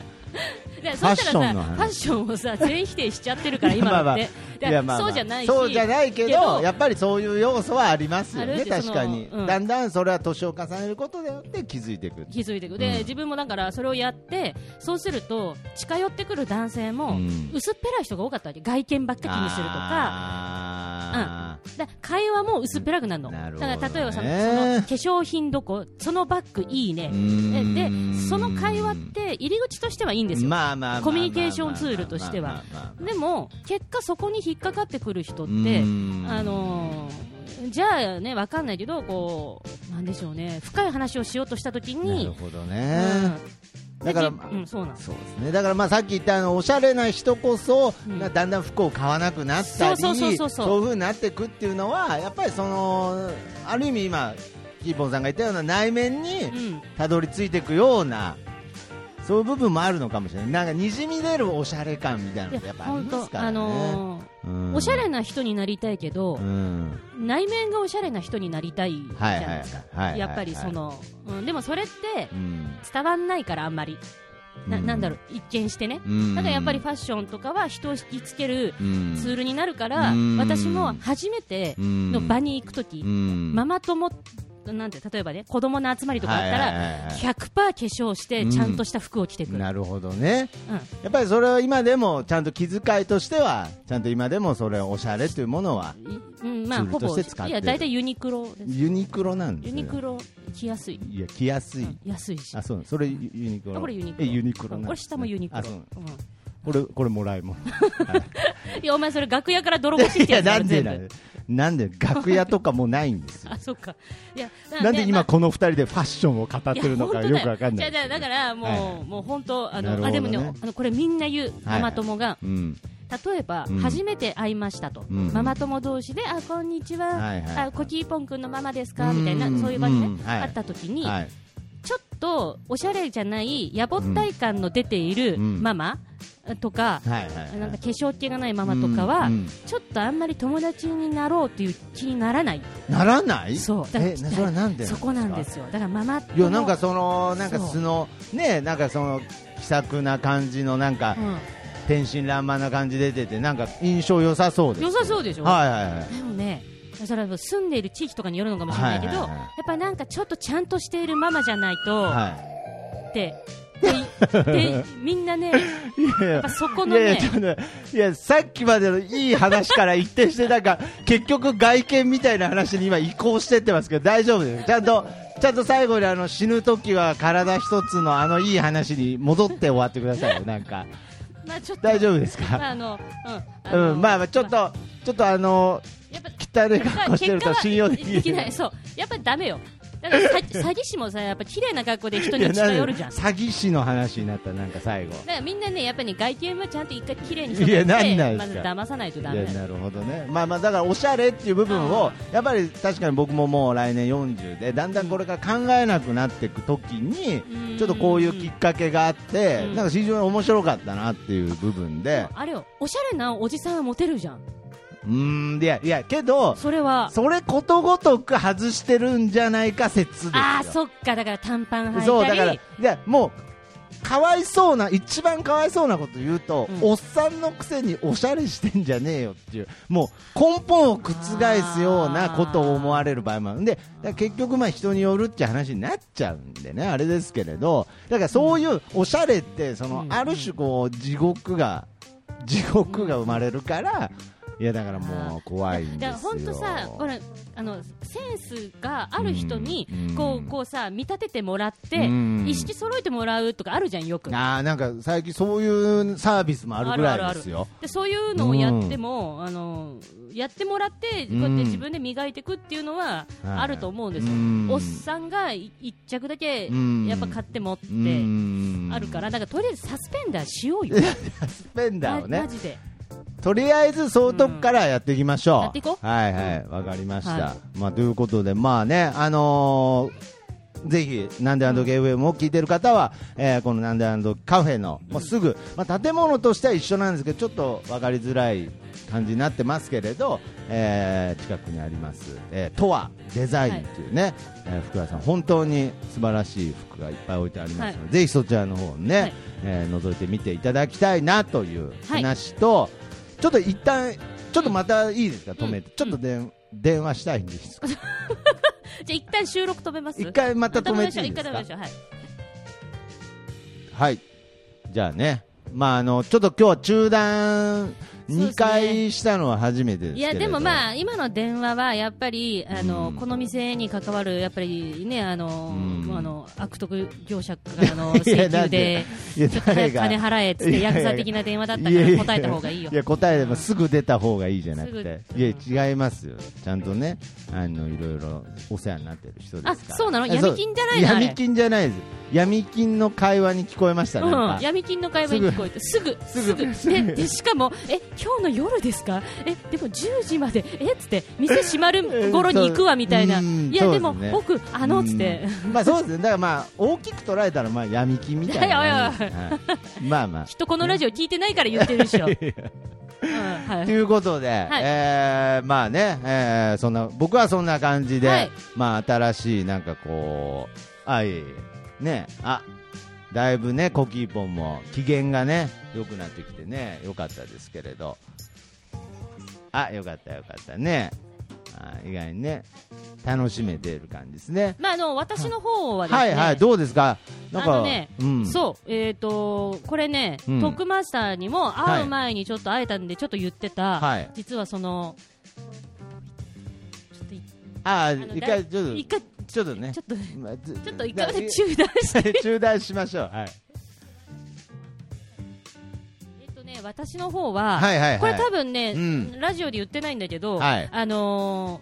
C: でそし
B: ファッシ
C: たら
B: ョ
C: さ
B: ンの
C: フ
B: 話
C: ァッションをさ全否定しちゃってるから今
B: まあま
C: だ
B: あ
C: ってだ
B: い
C: か
B: や
C: ら
B: まあまあ
C: そうじゃないし
B: そうじゃないけど
C: けど
B: やっぱりそういう要素はありますよ
C: ある
B: ね
C: しその
B: 確かに、
C: うん
B: だんだんそれは年を重ねることでよって気づいていく
C: 気づいてく
B: うん
C: で自分もだからそれをやってそうすると近寄ってくる男性
B: う
C: も
B: ん
C: 薄っぺらい人が多かったわけ外見ばっか気にするとか
B: あー
C: だ会話も薄っぺらくなるの
B: なるほどね
C: だから例えばそのその化粧品どこそのバッグいいね
B: うん
C: ででその会話って入り口としてはいいんですよ、
B: まあまあまあまあまあ
C: コミュニケーションツールとしては
B: まあまあまあまあ
C: でも結果そこに引っかかってくる人っ
B: う
C: て
B: ん
C: あのーじゃあねわかんないけどこうなんでしょうね深い話をしようとした時
B: なる
C: に
B: ほど
C: う
B: ね
C: ん、
B: だから
C: でじうん、そうなん
B: そうですねだからまあさっき言ったあのおしゃれな人こそ、
C: うん
B: だんだん服を買わなくなったり
C: そうそうそうそうそう
B: いう風になっていくっていうのはやっぱりそのある意味今キーポンさんが言ったような内面に
C: うん
B: たどり着いていくような、そういう部分もあるのかもしれないなんかにじみ出るおしゃれ感みたいなの
C: いや
B: がやっぱあり
C: 本
B: ます
C: 当
B: か
C: あ
B: らね、
C: のー
B: うん
C: おしゃれな人になりたいけど
B: う、ん
C: 内面がおしゃれな人になりたいじゃ
B: は
C: な
B: は
C: い
B: いはい
C: いですか、
B: はいはい
C: やっぱりそ、の、うん、でもそれって
B: うん
C: 伝わんないからあんまりな,、ん、なんだろう一見してね、
B: うん
C: だからやっぱりファッションとかは人を引きつける
B: うん
C: ツールになるから、
B: うん
C: 私も初めての場に行くとき、
B: うん
C: ママ友なんて例えばね子供の集まりとかあったら、
B: はいはいはいはい
C: 100%化粧してちゃんとした服を着てくる、
B: なるほどね
C: うん
B: やっぱりそれは今でもちゃんと気遣いとしてはちゃんと今でもそれおしゃれというものはい
C: うんまあ
B: ツール
C: ほ
B: とし
C: ぼ
B: て使ってる
C: いや大体ユニクロです
B: ユニクロなんで
C: ユ
B: すよ
C: ニクロ着やすい、
B: いや着やすい、
C: うん安いし
B: あそうそれユユニクロ
C: あこれユニク
B: え
C: ロ
B: ユニクロなんですね
C: これ下もユニクロ
B: あ、そう
C: うん
B: これこれもらいも
C: [laughs]
B: ん
C: いや、お前それ楽屋から泥棒してき
B: い
C: た
B: や
C: やつ
B: な
C: だ
B: ん
C: ろ
B: で
C: 全
B: な
C: 部
B: ん。なんで楽屋とかもうないん
C: [laughs]
B: ですよ
C: あ、そっか。いや、
B: なんで今
C: こ
B: この二人でファッションを語っ
C: う
B: てるのかよくわかんない
C: じゃあだからもう、
B: はい
C: もう本当あ
B: なるほ
C: の、
B: ど
C: あ
B: ね
C: でもね、あのこれみんな言う、
B: はい
C: ママ友が、
B: うん
C: 例えば、
B: うん
C: 初めて会いましたと、
B: うん
C: ママ友同士で、あこんにちは、
B: はいはいはい
C: あコキーポン君のママですかみたいな、そういう場で
B: うん
C: ね、
B: はい
C: 会った時に、
B: はい
C: ちょっとおしゃれじゃない、野暮体感の出ている
B: うん
C: ママとか、
B: はいはいはい
C: なんか化粧っ気がないママとかは、
B: うんうん
C: ちょっとあんまり友達になろうという気にならない。
B: ならない
C: そうだから
B: えなそれはなんで
C: そこなんですよだからママ友
B: いやなんかそのなんか
C: そう
B: 素のねなんかその気さくな感じのなんか
C: う
B: 天真爛漫な感じ出ててなんか印象良さそうで
C: ん、
B: す
C: 良さそうでしょ、
B: はいはいはい
C: でもねそれは住んでいる地域とかによるのかもしれないけど、
B: はいはいはい
C: やっぱなんかちょっとちゃんとしているママじゃないと、
B: は
C: ってででみんなねや
B: いいやい
C: っ
B: や
C: ぱそこ
B: い
C: の
B: やいや
C: ね
B: ちょっとねいやさっきまでのいい話から一転してなんか結局外見みたいな話に今移行してってますけど大丈夫ですちゃんとちゃんと最後にあの死ぬ時は体一つのあのいい話に戻って終わってくださいよなんか
C: まあちょっと
B: 大丈夫ですか
C: まああのうん [laughs] あの
B: うんまあまあちょっとちょっとあの
C: やっぱ
B: 汚い格好してると信用でき
C: 結果はでき
B: な
C: ないいそうやっぱダメよだだから詐詐欺師
B: [laughs]
C: もさやっぱ綺麗な格好で人に近寄るじゃんだか
B: 詐欺師の話になったなんか最後
C: らみんなねやっぱり外見はちゃんと一回綺麗に
B: いやなんなんで
C: てますず
B: か
C: 騙さないとダ
B: い
C: メ
B: やなるほどねまあまあだからおしゃれっていう部分をやっぱり確かに僕ももう来年40でだんだんこれから考えなくなっていく時に
C: うん
B: ちょっとこういうきっかけがあって
C: うん
B: なんか非常に面白かったなっていう部分で
C: あれよおしゃれなおじさんはモテるじゃん
B: うーんいやいやけど
C: それは
B: それことごとく外してるんじゃないか説ですよ
C: ああそっかだから短パン
B: そうだ
C: 履い
B: か
C: た
B: らい
C: り
B: やもうかわいそうな一番かわいそうなこと言うと、
C: うん
B: おっさんのくせにおしゃれしてんじゃねえよっていうもう根本を覆すようなことを思われる場合もあるんでだから結局まあ人によるって話になっちゃうんでねあれですけれどだからそういうおしゃれってその、
C: うん
B: ある種こう地獄が地獄が生まれるから、いやだからもう怖いんです
C: だ
B: よ
C: から本当さほらあのセンスがある人に
B: うん
C: こ
B: うん
C: うこうさ見立ててもらっ
B: う
C: て
B: ん
C: 一式揃えてもらうとかあるじゃんよく
B: あーなんか最近そういうサービスもあるぐらいですよ
C: でそういうのをやっても、あのやってもらってこうやって自分で磨いていくっていうのは
B: はい
C: あると思うんですよ、
B: うん
C: おっさんがい一着だけ
B: うん
C: やっぱ買って持って
B: うん
C: あるからだからとりあえずサスペンダーしようよ、
B: スペンダーを
C: マ
B: ね
C: ジで
B: とりあえず総督からやっていきましょう、
C: うんやっていこう
B: はいはいわかりました、
C: は
B: まあ、ということでまあねあのーぜひ、なんであのゲームを聞いてる方は、えーこのなんであのカフェの、もうすぐ、まあ、建物としては一緒なんですけど、ちょっと分かりづらい感じになってますけれど、えー近くにあります、えー、とはデザインというね、えー福田さん、本当に素晴らしい服がいっぱい置いてありますので、ぜひそちらの方をね、
C: はい
B: えー覗いてみていただきたいなという
C: はい
B: 話と、ちょっと一旦ちょっとまたいいですか、止めて、
C: うん
B: ちょっとでん、電話したいんですか、
C: じゃあ一旦収録止めます
B: 一回また止めていい
C: 一
B: です
C: 回止め
B: か
C: ましょう、はい、
B: はいじゃあねまああのちょっと今日は中断
C: そうで
B: 2
C: すね
B: 回したのは初めてです
C: い
B: けれど
C: やでも
B: あ
C: まあ今の電話はやっぱりあの、
B: うん
C: この店に関わるやっぱりねあの、
B: うん
C: あの悪徳業者からの
B: [laughs] いや
C: 請
B: な
C: 求
B: んで
C: [laughs] で
B: いや
C: ちょっと
B: 誰
C: 早く
B: が
C: 金払えっつっ
B: い
C: て
B: や
C: ヤ
B: いや
C: クザ的な電話だったか
B: いやいや
C: ら答えた方がいいよ
B: いや答えればすぐ出た方がいいじゃなくて
C: す、ぐ
B: いや違いますよちゃんとねあのいろいろお世話になってる人ですから
C: あそうなの
B: えそう
C: 闇金じゃないのあれ
B: 闇金じゃないです闇金の会話に聞こえましたなんか
C: うん、闇金の会話に聞こえてすぐ、
B: す
C: す
B: ぐ
C: ぐ
B: すぐ
C: ででしかも、え今日の夜ですか、えでも10時まで、えっつって、店閉まる頃に行くわみたいな、
B: うん
C: いや、
B: そうで
C: です
B: ね
C: も僕、あのっつって、
B: うんまあそうですねだからまあ大きく捉えたらまあ闇金みた
C: [laughs]
B: いなもんですね、はいまあまあ
C: きっとこのラジオ聞いてないから言ってるでしょ。うんは
B: と
C: い
B: いうことで、
C: い
B: えーまあね、えーそんな僕はそんな感じで、
C: はい
B: まあ新しいなんかこうあいえいえねあだいぶねコキーポンも機嫌がね良くなってきてね良かったですけれどあ良かった良かったねあ意外にね楽しめている感じですね
C: まあ、あの私の方はですね、
B: はいはいどうですかなんか
C: あのね
B: うん、
C: そう、えー、とこれね、
B: うん
C: トックマスターにも会う前にちょっと会えたんで、ちょっと言ってた、
B: はい
C: 実はその、ちょっとい
B: あ
C: あの
B: 一回ちょっと
C: 一回、
B: ちょっとね
C: ちょっと、
B: まあず
C: ちょっと一回まで中断して
B: [laughs] 中断しましょう、はい、
C: えっとね、私の方は、
B: はいはいはい
C: これ多分ね、
B: うん
C: ラジオで言ってないんだけど、
B: はい
C: あの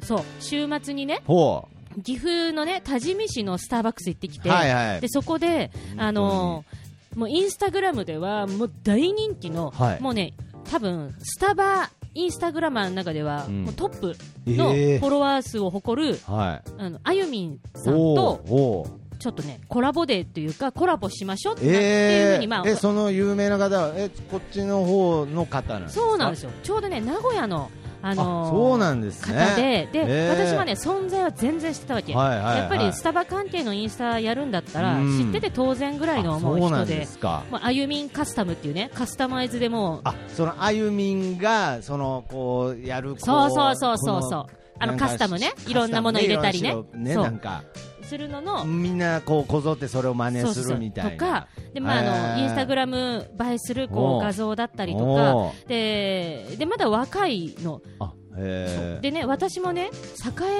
C: ーそう、週末にね、
B: ほ
C: 岐阜のね、多治見市のスターバックス行ってき
B: う
C: て、
B: はいはい
C: でそこで、あのーもうインスタグラムでは、もう大人気の、
B: はい
C: もうね、多分スタバ、インスタグラマーの中では、
B: うん
C: もうトップのフ
B: ええ
C: ォロワー数を誇る、
B: はい
C: あのあゆみんさん
B: お
C: と
B: ーおー
C: ちょっとねコラボデーというかコラボしましょうっていうふ
B: え
C: うに、まあ
B: ー、えその有名な方はえこっちの方の方なんですか
C: そうなんです
B: よ
C: よ、ちょうどね名古屋の、あのー
B: そうなんですね
C: 方でで、
B: えー
C: 私はね存在は全然知ってたわけ、
B: はいはいはい
C: やっぱりスタバ関係のインスタやるんだったら
B: うん
C: 知ってて当然ぐらいのもう
B: あそうな
C: 人
B: んで
C: です
B: か
C: まああゆみんカスタムっていうねカスタマイズでもう
B: あそのあゆみんがそのこうやるこ
C: そうそうそうそうそうあ
B: な
C: の
B: んか
C: カスタムね
B: カス
C: いろんなもの入れたりね
B: いろんな種類をね
C: そう
B: なんか
C: するのの、
B: みんなこうこぞってそれを真
C: そ
B: 似
C: う
B: す
C: そうそ
B: る
C: う
B: みたい
C: とか
B: な
C: で、まあ、あ
B: へ
C: の
B: ー
C: インスタグラム映えする
B: お
C: こ
B: う
C: う画像だったりと
B: お
C: かででまだ若いの
B: あへ
C: でね私もね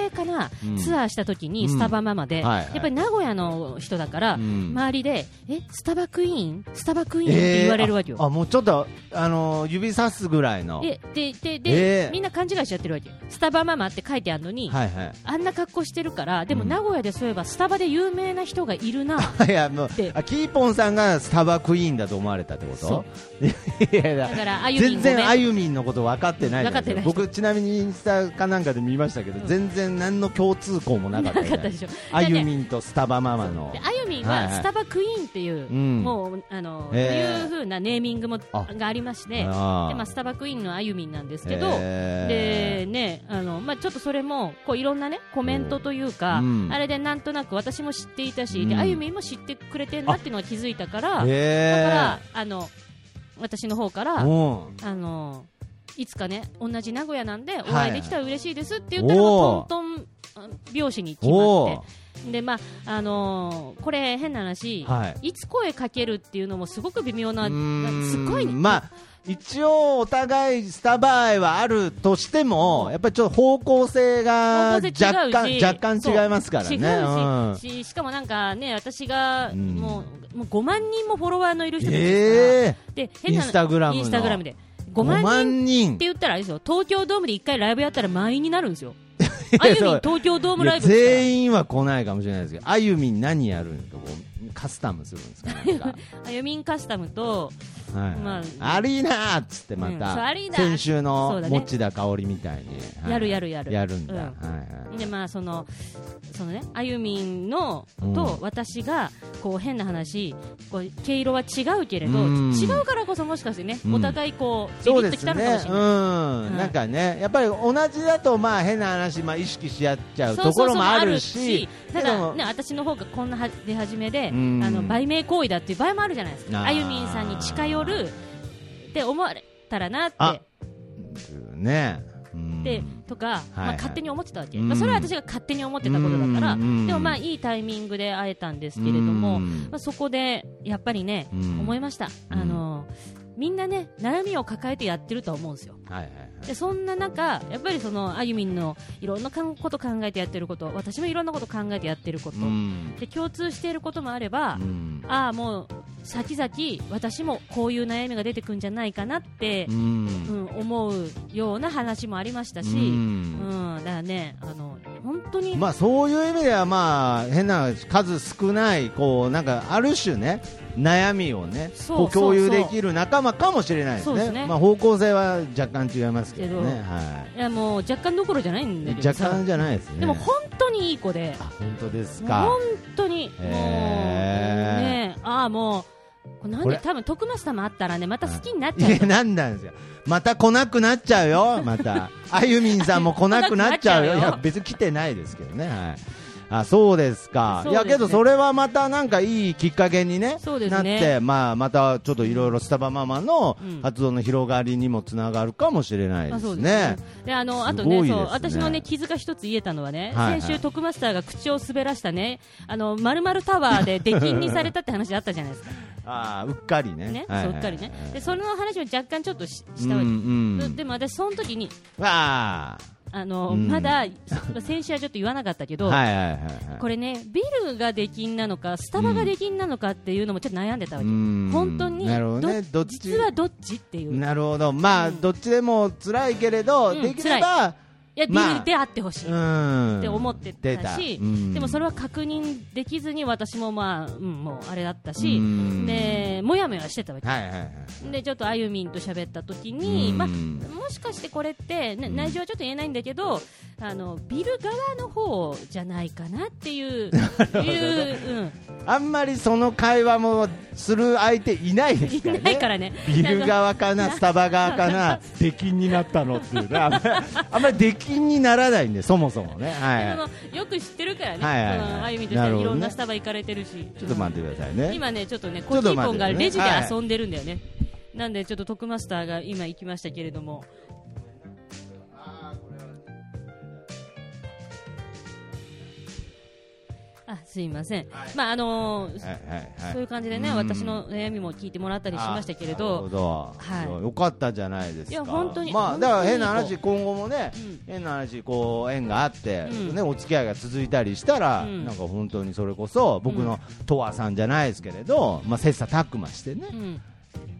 C: 栄かな、
B: うん
C: ツアーした時
B: うん
C: にスタバママで、
B: はいはい
C: やっぱり名古屋の人だから、
B: うん
C: 周りでえスタバクイーンスタバクイーンって
B: え
C: 言われるわけよ、
B: ああもうちょっと、あのー指さすぐらいの
C: でででで、
B: えー
C: みんな勘違いしちゃってるわけスタバママって書いてあるのに、
B: はい [laughs] は
C: あんな格好してるからでも
B: うん
C: 名古屋でそういえばスタバで有名な人がいるな、
B: いいやもう
C: で
B: あキーポンさんがスタバクイーンだと思われたってこと
C: そ
B: [laughs] いやいや
C: [laughs] だからあゆみ
B: 全
C: んごめん
B: 然あゆみんのこと分かってないじゃん
C: 分かってない
B: 僕ちなみにインスタかなんかで見ましたけど、
C: うん
B: 全然何の共通項もなかった,、
C: なかったでしょ
B: あゆみんとスタバママの
C: であゆみん
B: はい
C: は
B: はい
C: スタバクイーンっていう、
B: うん
C: もうあの、
B: えー
C: というふうなネーミングも
B: あ
C: がありましてで、
B: あー
C: まあ、スタバクイーンのあゆみんなんですけど、
B: え
C: でねあのまあ、ちょっとそれもこういろんな、ね、コメントというか、
B: うん
C: あれでなんとなく私も知っていたし、
B: う
C: で
B: ん
C: あゆみんも知ってくれてるなっていうのは気づいたから、
B: ーえ
C: だ
B: ー
C: からあの私の方から
B: うん
C: あのいつかね同じ名古屋なんでお
B: は
C: 会
B: い
C: いできたら嬉しいですって言ったらも
B: おー
C: うトントンあ拍子に決ま
B: お
C: って。でまああのーこれ、変な話、
B: ーはい
C: い、つ声かけるっていうのもすごく微妙な、
B: うーん
C: すごい、
B: まあ一応お互いスタバ愛はあるとしてもやっぱりちょっと方向性が
C: 方向
B: 若
C: 性違うし
B: 干若干違いますからね
C: 違うし,、し、しかもなんかね、私が
B: うん
C: もう,、もう5万人もフォロワーのいる
B: うん
C: 人たちです
B: え
C: から、で
B: インスタグラムの
C: インスタグラムで、
B: ー、
C: 5万人っ
B: 万人
C: て言ったらあれですよ、東京ドームで1回ライブやったら満員になる
B: [laughs]
C: んですよ、
B: や
C: あゆみん、
B: そう
C: 東京ドームライブ
B: いや
C: ですから
B: 全員は来ないかもしれないですけどあゆみん何やるんですかこうカスタムするんですかなん
C: [laughs]
B: か
C: あゆみんカスタムと、
B: はい、
C: ま
B: アリーナーっつってま
C: うんそう
B: た、
C: アリーナ
B: 先週
C: そ
B: の
C: うだね
B: 持田香織みたいに、はい
C: やるやるやる
B: やるんだ、
C: うん
B: はいはい
C: でまあそのそのねあゆみんの
B: うん
C: と私がこう変な話こう毛色は違うけれど、
B: うん
C: 違うからこそもしかしてね、
B: うん
C: お互いこうビ
B: そ
C: ビ
B: う
C: ッ
B: で
C: とき
B: す
C: たのかも
B: ね
C: し、れ
B: う
C: ない。
B: ん、
C: うん
B: なんかね、やっぱり同じだと、まあ変な話、まあ意識し合っちゃう
C: そ
B: と
C: うそ
B: こ
C: う
B: ろ
C: そう
B: もあるし、
C: た
B: で
C: だ、
B: も
C: ね、私の方がこんなは出始めで、
B: うん
C: あの売名行為だっていう場合もあるじゃないです
B: あ
C: か
B: ー
C: あゆみんさんに近寄るって思われたらなって
B: あね、うん
C: でとか、まあ
B: はい
C: 勝手に思ってたわけ、
B: うん
C: まあ、それは私が勝手に思ってたことだから、
B: うん
C: でもまあいいタイミングで会えたんですけれど
B: う
C: も、
B: ん
C: まあ、そこでやっぱりね、
B: うん
C: 思いました、あのみんなね悩みを抱えてやってるとは思うんですよ
B: はいはいはい
C: でそんな中、やっぱりそのあゆみんのいろんなかんこと考えてやってること私もいろんなこと考えてやってること、
B: うん
C: で共通していることもあれば、
B: うん
C: ああ、もう先々私もこういう悩みが出てくんじゃないかなって
B: う、ん
C: うん思うような話もありましたし、
B: う
C: うん
B: ん
C: だからねあの本当に、
B: まあそういう意味ではまあ変な数少ないこうなんかある種ね悩みをね
C: そう
B: こう
C: そ
B: 共
C: う
B: 有
C: そう
B: できる仲間かもしれないです
C: そう
B: ね
C: ですね
B: まあ方向性は若干違いますけど
C: け
B: ね
C: ど
B: はい
C: やもう若干どころじゃないんだけど
B: 若
C: さ
B: 干じゃないですね
C: でも本当にいい子で。
B: あ本当です
C: もう
B: か
C: 本当に、もう、
B: へ
C: ねえ、ああ、もう、これなん
B: これ
C: で、多分徳松さんもあったらね、また好きになっ
B: い
C: ちゃう
B: や
C: と。
B: なんなんですよまた来なくなっちゃうよま
C: [laughs]
B: たあゆみんさんも来なくなっちゃうよ
C: 来
B: い
C: なくなっちゃうよ
B: や別に来てないですけどねはいあそうですか
C: そう
B: い
C: です
B: や
C: ね
B: けどそれはまたなんかいいきっかけにね
C: そうです
B: なっ
C: ね
B: て、まあ、またちょっといろいろスタバママの
C: うん
B: 活動の広がりにもつながるかもしれない
C: ま
B: で
C: あそ
B: す
C: う
B: ね。
C: で、あの、あ
B: す
C: と
B: ご
C: ね、
B: いです
C: そう
B: ね、
C: 私のね、傷が一つ言えたのはね、
B: はいはい
C: 先週、徳マスターが口を滑らしたね、あの、まるまるタワーで出禁にされたって話あったじゃないですか。
B: ああうっかりね。
C: ね、
B: [laughs] はい
C: そううっかりね。で、その話を若干ちょっとし
B: う
C: し
B: ん
C: たわけ。
B: うん
C: でも私、その時に、
B: あ
C: あの、
B: うん
C: まだ、先週はちょっと言わなかったけ
B: あ
C: ど、
B: はいはいはいはい。
C: これね、ビルが出禁なのか、スタバが出禁なのかっていうのもちょっと悩んでたわけ。本
B: 本
C: 当に
B: なるほどね。どっち
C: 実はどっちっていう、い
B: なるほど。まあ
C: うん
B: どっちでも辛いけれど
C: うん
B: できれば
C: やビ
B: まあ
C: ールであってほしいっ
B: うん
C: て思って
B: 出
C: たし、
B: うん
C: でもそれは確認できずに私もまあ、うん、もうあれだったし、
B: うん
C: でもやもやしてたわけ、
B: はいはいはい。
C: でちょっとあゆみんと喋った時に、
B: うん
C: まあもしかしてこれって、ね、内情はちょっと言えないんだけど、あのビル側の方じゃないかなっていう、いううん、
B: あんまりその会話もする相手いないですから
C: い
B: ね。
C: ないからね。
B: ビル側かな、スタバ側か
C: [laughs]
B: な、出禁になったのっていうね、あんまりあんまり出禁にならないんで、そもそもね、はい
C: で
B: は
C: もよく知ってるからね、
B: はいはいはい
C: そのあゆみんとし
B: な
C: て
B: るほ
C: い
B: どね
C: ろんなスタバ行かれてるし、
B: い、ちょっと待ってくださいね、
C: 今ね、ちょっとね、
B: ちょ
C: コ
B: っ
C: キ
B: と
C: ー
B: 待
C: ポ
B: ってね
C: ンがレジで
B: はい
C: 遊んでるんだよね。なんで、ちょっと徳マスターが今行きましたけれども。ああすいません、
B: はい
C: まああのー
B: はいはいはい
C: そういう感じでね、
B: うん
C: 私の悩みも聞いてもらったりしましたけれ
B: あなるほ
C: ど、
B: ど、
C: はい
B: よかったじゃないですか。
C: いや本当に
B: まあ
C: 本当に
B: だから変な話今後もね、
C: うん
B: 変な話こう縁があって、
C: うん
B: ねお付き合いが続いたりしたら、
C: うん
B: なんか本当にそれこそ僕のとわさんじゃないですけれど、まあ切磋琢磨してね
C: う、ん、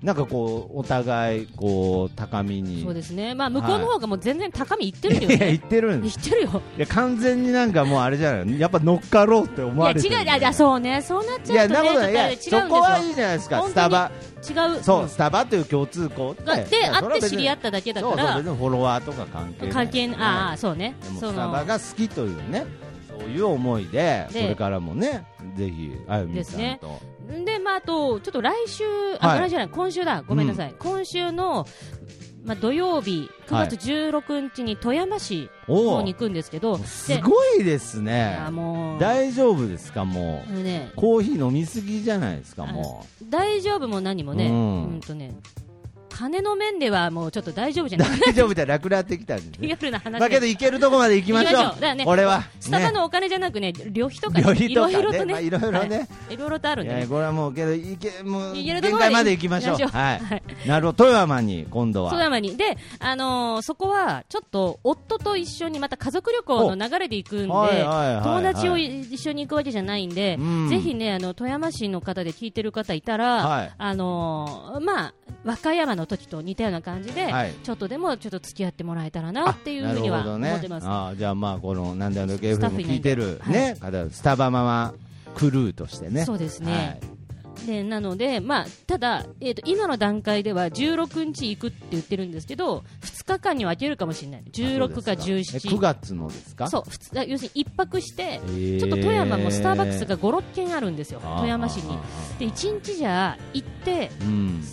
B: なんかこうお互いこう高みに。
C: そうですね、まあ向こうの方がもう全然高みいってるよ
B: いや言
C: ね
B: っ、てるん
C: い
B: です。
C: ってるよ、
B: いや完全になんかもうあれじゃない。やっぱ乗っかろうって思
C: いや
B: われてる。
C: 違う、あいやそうね、そうなっ
B: い
C: ちゃ
B: や
C: うと
B: なことない。いや
C: ね、ち
B: そ
C: ょ
B: こ
C: っ
B: と
C: ね
B: はいいじゃないですか。
C: 本当に
B: スタバ。
C: 違うんですよ、違う、
B: そう、
C: ん
B: スタバという共通項って
C: がで
B: いやそれは
C: 会って
B: 別に
C: 知り合っただけだ
B: そ
C: か
B: うそう
C: ら
B: 別、にフォロワーとか関係ない
C: 関係ない、ああ、そうね
B: で、も
C: そ
B: スタ
C: の
B: バが好きというねそういう思いでこ
C: で
B: れからもねぜひあゆみさんと、
C: んで、まあ、あと、ちょっと来週、あ、
B: はい
C: 来週じゃない、今週だ、ごめんなさい、今週の、まあ、土曜日、
B: はい
C: 9月16日に富山市の
B: お
C: 方
B: お
C: に行くんですけど、
B: す
C: で
B: ごいですね
C: あもう
B: 大丈夫ですかも
C: あのね
B: う、コーヒー飲みすぎじゃないですか
C: あ
B: も
C: 大丈夫も何もね、
B: う
C: うんん、とね、金の面ではもうちょっと大丈夫じ
B: う
C: ゃな
B: [laughs]
C: い、
B: 大丈夫だ楽になってきたんで、
C: リア
B: ね、
C: ルな話
B: だけど行けるとこまで行きましょう
C: 行きましょうだからね
B: 俺は、ね、
C: スタバのお金じゃなくね、旅費とか、
B: 旅費
C: い
B: とか
C: ろ
B: ね
C: いろと
B: まあいろいろ
C: ね、
B: ね
C: はい、いろいろとあるん
B: い
C: で、
B: や
C: ね
B: これはもうけど行けもう
C: 行ける
B: 限
C: とこ
B: 界まで行きましょう
C: 行きましょう
B: はい、
C: はい
B: なるほど富山に今度は
C: 富山に。で、あのーそこは、ちょっと、夫と一緒に、また家族旅行の流れで行くんで、
B: おはいはいはいはい
C: 友達をい一緒に行くわけじゃないんで、
B: うん
C: ぜひね、あの、富山市の方で聞いてる方いたら、
B: はい
C: あのーまあ、和歌山の時と似たような感じで、
B: はい
C: ちょっとでも、ちょっと付き合ってもらえたらなっていうふうには思ってます。
B: なるほどね、ああじゃあまあこの「なんであの時 FM」
C: スタッフ
B: 聞いてる、
C: いない
B: ね方スタバママクルーとしてね
C: そう
B: で
C: ですね、でなので、まあ、ただ、えーと、今の段階では16日行くって言ってるんですけど、2日間に分けるかもしれない、16か17、
B: 9月のですか
C: そう普通あ要するに一泊して、
B: ー
C: ちょっと富山もスターバックスが5、6軒あるんですよ、富山市に
B: あ。
C: で1日じゃ行って
B: あうん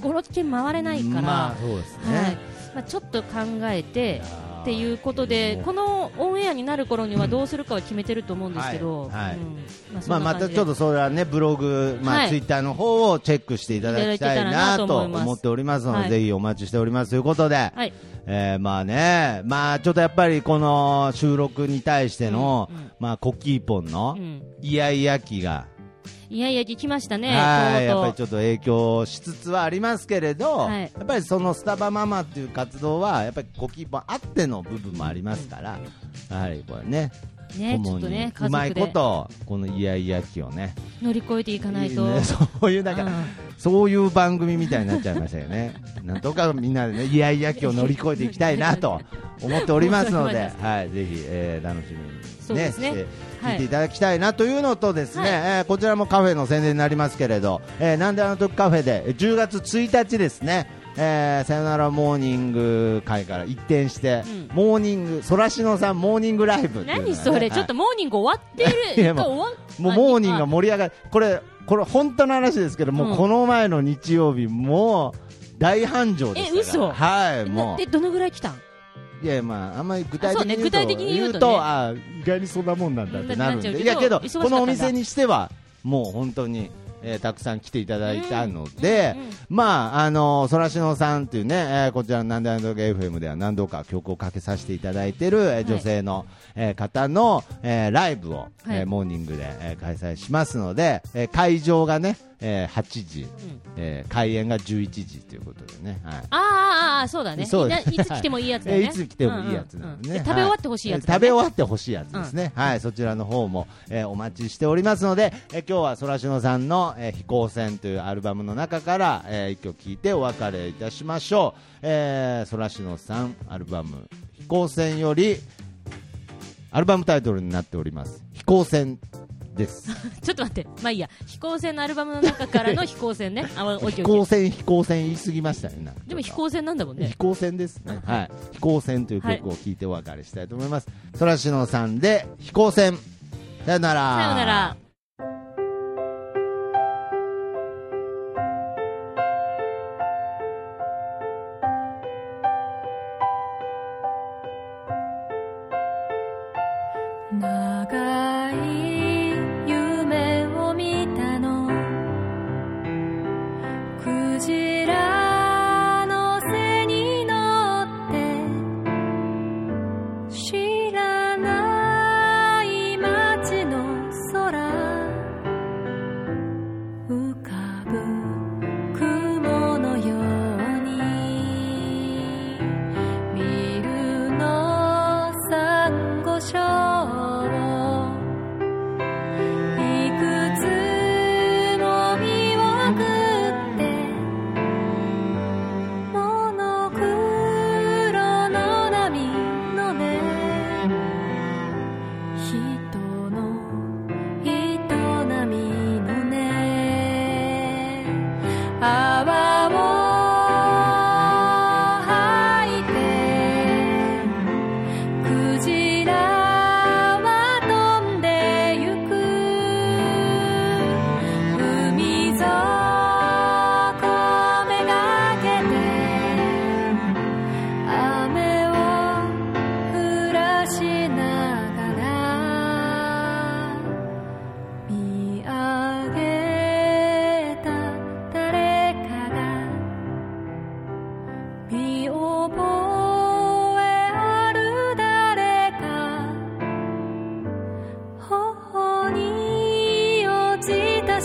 C: 5、6軒回れないから、
B: まあそうですね、
C: はいまあ、ちょっと考えて
B: あー
C: っていうこと
B: も
C: で
B: う
C: このオンエアになる頃にはどうするかは決めてると思うんですけ
B: う
C: ど、
B: んはい
C: うん
B: まあ、またちょっ
C: と
B: とそれはねブログ、まあ
C: はい
B: ツイッターの方をチェックしていただきたいない
C: ただけたら
B: と
C: なと思います
B: 思っておりますので、
C: はい
B: ぜひお待ちしておりますということで、
C: はい
B: えーまあね、まあ、ちょっとやっぱりこの収録に対しての、
C: うんうん
B: まあ、コッキーポンの
C: うん
B: イヤイヤ期が、
C: いやいや聞きましたね
B: はいや
C: と
B: っ
C: う
B: ぱり
C: とう
B: ちょっと影響しつつはありますけれど、
C: はい
B: やっぱりそのスタバママっていう活動はやっぱりコッキーポンあっての部分もありますから、やはりこれね、
C: ねちょ
B: 共
C: っとね
B: に
C: 家
B: うまい
C: 族
B: こ
C: で
B: とこのイヤイヤ期をね。
C: 乗り越えていかないと
B: ねそういうなんか、
C: うん
B: そういう番組みたいになっちゃいましたよ
C: [laughs]
B: ねなんとかみんなでねいやいや期を乗り越えていきたいなと思っておりますの
C: 思っており [laughs]
B: で
C: ま、
B: はい、ぜひ、えー楽しみに、ね
C: そうですね
B: して
C: はい
B: 聞いていただきたいなというのとですね、
C: はい
B: えーこちらもカフェの宣伝になりますけれど、えーなんであの時カフェでえー10月1日ですねえーさよならモーニング会から一転して、
C: う
B: モーニング、そらしのさんモーニングライブっていうのがね、
C: 何それ、ちょっとモーニング終わって
B: いや
C: る、
B: もう
C: が終わ
B: もう
C: あ
B: モーニングが
C: あ
B: 盛り上がる、これ、これ本当の話ですけど、もううんこの前の日曜日、もう大繁盛でしたから
C: え嘘
B: はい、
C: な
B: も
C: でどのぐらい来たん
B: う、いや、まあ、あんまり具体
C: あそう
B: 的に
C: ね
B: 言うと、
C: 具体的に言うとね
B: あ意外にそんなもんなんだってなるんで、
C: なっちゃうけど
B: いやけど、
C: 忙しかった
B: こ
C: んだ
B: のお店にしては、もう本当に、えーたくさん来ていただいたので、
C: うんうんうん
B: まあ、あのそらしのさんっていうね、えーこちらのなんでなんとか FM では何度か曲をかけさせていただいてる、えー
C: い
B: 女性の、えー方の、えーライブを、
C: はい
B: えーモーニングで、えー開催しますので、えー会場がね、えー8時、えー開演が11時ということでね、はい
C: ああああああ、そうだね
B: そう
C: い
B: で
C: や
B: す
C: いつ来てもいいやつだよ
B: え
C: ね。
B: [laughs] ーいつ来てもいいやつなんでね、
C: うんうんうんで食べ終わってほしいやつ
B: は
C: だ
B: 食べ
C: ね。
B: 終わってほしいやつですね、はいそちらの方も、えーお待ちしておりますので、えー今日はそらしのさんの、えー飛行船というアルバムの中から、えー一曲聴いてお別れいたしましょう、えー、そらしのさんアルバム「飛行船」よりアルバムタイトルになっております「飛行船」
C: [laughs]
B: です
C: ちょっと待って、まあいいや、飛行船のアルバムの中からの飛行船ね。あ、おお
B: 飛
C: い
B: 行
C: おい
B: 船飛行船言い過ぎましたねなんかちょっと
C: でも飛行船なんだもんね
B: 飛。行船ですね、はい、飛行船という曲を聴いてお別れしたいと思います、そらしのさんで飛行船さよなら
C: さよなら。
D: 長い夢を見たのクジラの背に乗って知らない街の空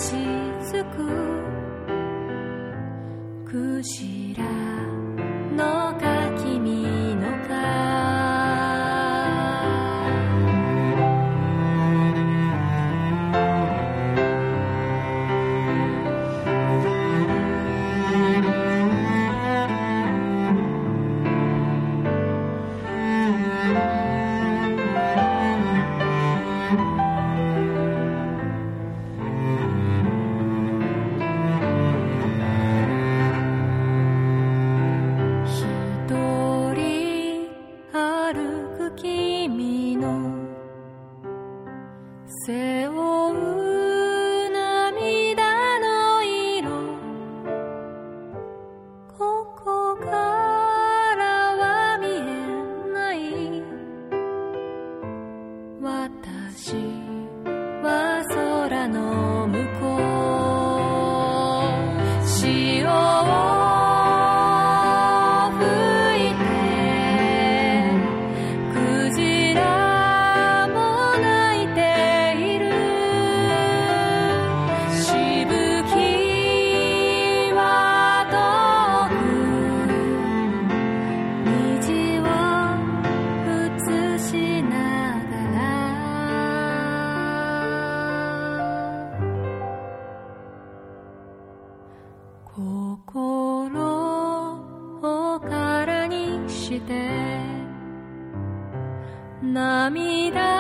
D: しずくクジラのか君のか一人歩く君の背負う涙の色ここからは見えない私は空の向こう潮を吹いてクジラも泣いているしぶきは遠く虹を映しながら心を空にして涙